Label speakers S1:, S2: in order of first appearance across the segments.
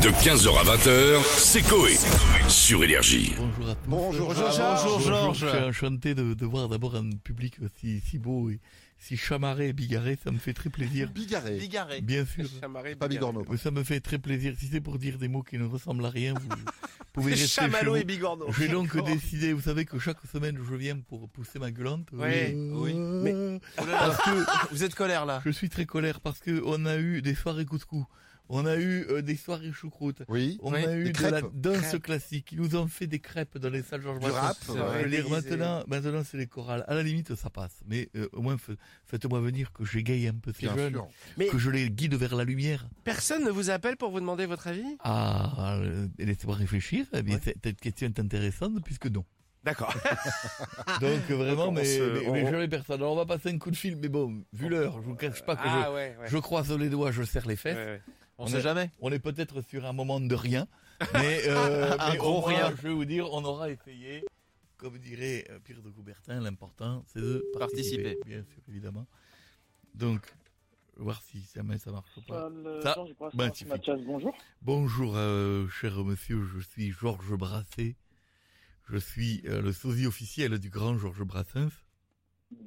S1: De 15h à 20h, c'est Coé. Sur Énergie.
S2: Bonjour à tous.
S3: Bonjour,
S2: Georges.
S3: Georges. Bonjour, Georges.
S2: Je suis enchanté de, de voir d'abord un public si, si beau et si chamarré et bigarré. Ça me fait très plaisir.
S3: Bigarré,
S4: Bigarré.
S2: Bien sûr.
S4: Chamarré,
S3: pas Bigorneau.
S2: Ça me fait très plaisir. Si c'est pour dire des mots qui ne ressemblent à rien, vous pouvez rester chez
S4: Chamallow
S2: vous.
S4: et Bigorneau.
S2: J'ai donc décidé, vous savez que chaque semaine je viens pour pousser ma gueulante.
S4: Ouais, oui.
S2: Parce que
S4: Vous êtes colère là.
S2: je suis très colère parce que on a eu des soirées couscous. On a eu euh, des soirées choucroute.
S3: Oui.
S2: On
S4: Oui,
S2: a eu
S3: des
S2: de la
S3: crêpes.
S2: danse
S4: Crêpes.
S2: classique. Ils nous ont fait des crêpes dans les salles Georges
S3: Du
S2: Brassens.
S3: rap.
S4: c'est
S3: ouais.
S2: Je
S4: vrai.
S2: veux dire,
S4: Déguisé.
S2: maintenant, maintenant c'est les chorales. À la limite, ça passe. Mais euh, au moins, fa- faites-moi venir que j'égaye un peu ces
S3: Bien
S2: jeunes,
S3: sûr.
S4: Mais-
S2: que je les guide vers la lumière.
S4: Personne ne vous appelle pour vous demander votre avis
S2: Ah, euh, laissez-moi réfléchir. Eh bien,
S4: Ouais.
S2: cette- cette question est intéressante puisque non.
S4: D'accord.
S2: Donc euh, vraiment,
S4: Ah. on
S2: mais,
S4: se-
S2: mais,
S4: on-
S2: mais jamais personne. Alors on va passer un coup de fil, mais bon, vu l'heure, je vous cache pas que
S4: Ah
S2: je,
S4: ouais, ouais.
S2: je croise les doigts, je serre les
S4: Ouais,
S2: fesses.
S4: ouais.
S2: On sait
S5: jamais.
S2: On est peut-être sur un moment de rien, mais, euh,
S5: Un
S2: mais
S5: gros
S2: au moins,
S5: rien.
S2: Je vais vous dire, on aura essayé. Comme dirait euh, Pierre de Coubertin, l'important c'est de participer,
S5: Participer.
S2: Bien sûr, évidemment. Donc, voir si jamais ça marche ou pas.
S6: Euh,
S2: Ça, ben,
S6: Georges Brassens,
S2: magnifique.
S6: Mathias, bonjour.
S2: Bonjour, euh, cher monsieur, je suis Georges Brassé. Je suis euh, le sosie officiel du grand Georges Brassens.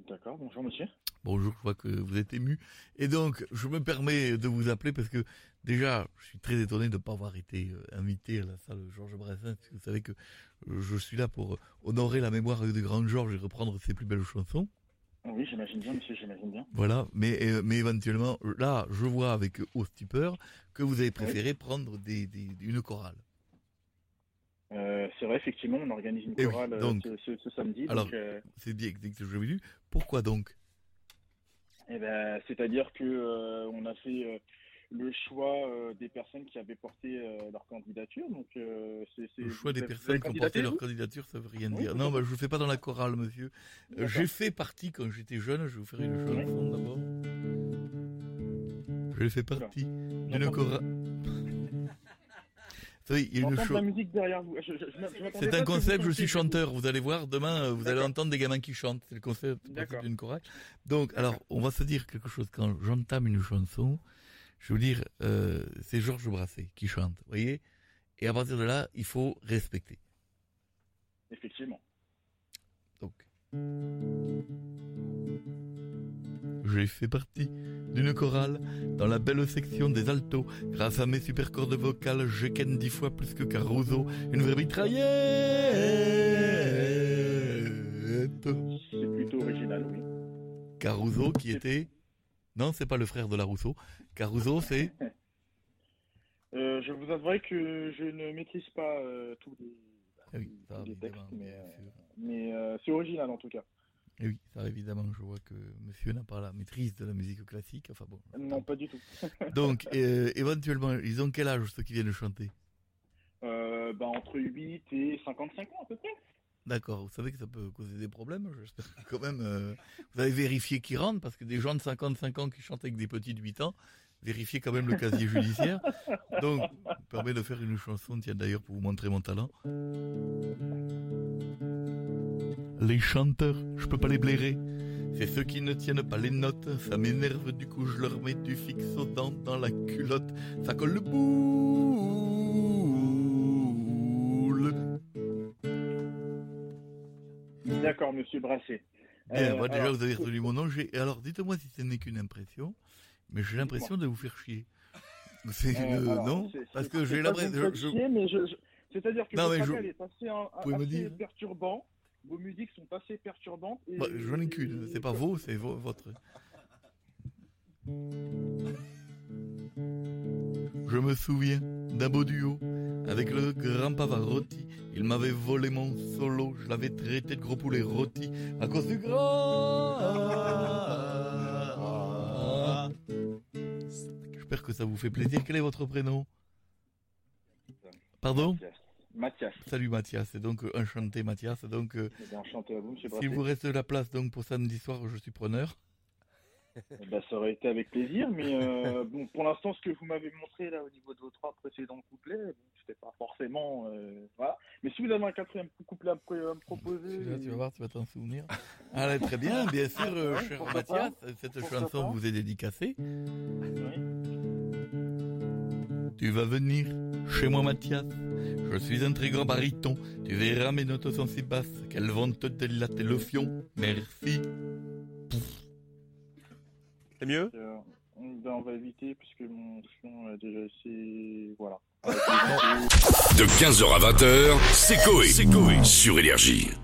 S6: D'accord, bonjour monsieur.
S2: Bonjour, je vois que vous êtes ému. Et donc, je me permets de vous appeler parce que déjà, je suis très étonné de ne pas avoir été euh, invité à la salle Georges Brassens. parce que Vous savez que euh, je suis là pour honorer la mémoire du grand Georges et reprendre ses plus belles chansons.
S6: Oui, j'imagine bien monsieur, j'imagine bien.
S2: Voilà, mais, euh, mais éventuellement, là, je vois avec haute stupeur que vous avez préféré prendre des, des- une chorale.
S6: Euh, c'est vrai, effectivement, on organise une
S2: Eh oui,
S6: chorale euh,
S2: donc.
S6: ce, ce- ce samedi.
S2: Alors.
S6: donc, euh,
S2: C'est bien exact ce que je vous dis. Pourquoi donc
S6: eh ben, c'est-à-dire que euh, on a fait euh, le choix euh, des personnes qui avaient porté euh, leur candidature. Donc, euh, c'est, c'est-
S2: Le choix des
S6: vous avez-
S2: personnes
S6: vous
S2: qui ont porté
S6: avez candidaté,
S2: leur
S6: vous
S2: candidature, ça veut rien
S6: Oui,
S2: dire.
S6: tout
S2: Non,
S6: à
S2: bah, je ne vous fais pas dans la chorale, monsieur. Euh,
S6: D'accord.
S2: J'ai fait partie quand j'étais jeune, je vais vous faire une
S6: Oui.
S2: chanson d'abord. J'ai fait partie d'une
S6: J'entends-
S2: chorale. Vous savez, il y a une
S6: j'entends de la
S2: chose.
S6: musique derrière vous. Je- je- je m'a-
S2: C'est
S6: je m'attendais pas
S2: un
S6: à ce que vous
S2: concept, je suis
S6: chantiez.
S2: chanteur. Vous allez voir, demain, euh, vous allez
S6: D'accord.
S2: entendre des gamins qui chantent. C'est le concept le
S6: D'accord.
S2: principe d'une chorale. Donc, alors, on va se dire quelque chose. Quand j'entame une chanson, je vais vous dire, euh, c'est Georges Brassé qui chante, vous voyez Et à partir de là, il faut respecter.
S6: Effectivement.
S2: Donc. J'ai fait partie d'une chorale dans la belle section des altos. Grâce à mes super cordes vocales, je ken dix fois plus que Caruso. Une vraie mitraillette.
S6: C'est plutôt original, oui.
S2: Caruso qui était... Non, c'est pas le frère de la Rousseau. Caruso, c'est...
S6: Euh, je vous avouerai que je ne maîtrise pas euh, tous les,
S2: Ah oui, ça,
S6: tous les
S2: évidemment,
S6: textes, mais,
S2: bien
S6: euh,
S2: sûr.
S6: mais euh, c'est original en tout cas.
S2: Eh oui, ça, évidemment, je vois que monsieur n'a pas la maîtrise de la musique classique. Enfin bon.
S6: Non, pas du tout.
S2: Donc, euh, éventuellement, ils ont quel âge ceux qui viennent chanter
S6: Euh, bah, entre 8 et 55 ans à peu près.
S2: D'accord, vous savez que ça peut causer des problèmes, j'espère que quand même. euh, vous avez vérifié qui rentre, parce que des gens de 55 ans qui chantent avec des petits de 8 ans, vérifiez quand même le casier judiciaire. Donc, ça me permet de faire une chanson, tiens d'ailleurs, pour vous montrer mon talent. Les chanteurs, je peux pas les blairer. C'est ceux qui ne tiennent pas les notes, ça m'énerve, du coup je leur mets du fixe aux dents dans la culotte, ça colle le boule.
S6: D'accord, monsieur Brassé.
S2: Bien,
S6: Euh,
S2: bah, déjà
S6: alors,
S2: vous avez retenu mon nom. J'ai- Alors dites-moi si ce n'est qu'une impression, mais j'ai l'impression de vous faire chier. C'est
S6: euh,
S2: euh,
S6: alors,
S2: non
S6: c'est- c'est-
S2: parce que
S6: c'est
S2: j'ai
S6: pas
S2: l'impression. je-
S6: vous
S2: je-
S6: faites chier, mais je- je- C'est-à-dire que
S2: Non,
S6: votre
S2: mais je-
S6: appel est assez, un-
S2: pouvez me
S6: assez
S2: dire
S6: perturbant. Vos musiques sont assez perturbantes. et-
S2: bah, J'en ai qu'une. C'est pas vous, c'est vo- votre. Je me souviens d'un beau duo avec le grand Pavarotti. Il m'avait volé mon solo, je l'avais traité de gros poulet rôti à cause du grand. J'espère que ça vous fait plaisir. Quel est votre prénom Pardon
S6: Mathias. Mathias.
S2: Salut Mathias, c'est donc euh, enchanté Mathias. C'est Donc, euh,
S6: Eh bien, enchanté à vous, monsieur Brassé.
S2: s'il vous reste de la place donc pour samedi soir, je suis preneur.
S6: Eh ben, ça aurait été avec plaisir, mais euh, bon, pour l'instant, ce que vous m'avez montré là au niveau de vos trois précédents couplets, bon, c'était pas forcément. euh, voilà. Mais si vous avez un quatrième couplet à me pro- à me proposer.
S2: Celui-là, tu vas voir, tu vas t'en souvenir. Allez, très bien, bien sûr, euh,
S6: Ouais,
S2: cher
S6: pourquoi
S2: Mathias, cette
S6: Pourquoi
S2: chanson
S6: pas
S2: vous est dédicacée.
S6: Oui.
S2: Tu vas venir chez moi, Mathias. Je suis un très grand baryton. Tu verras, mes notes sont si basses qu'elles vont te délater le fion. Merci.
S4: C'est mieux
S6: Euh, ben, on va éviter puisque mon fion a déjà essayé. Voilà.
S1: De 15h à 20h, c'est Coé. Sur Énergie.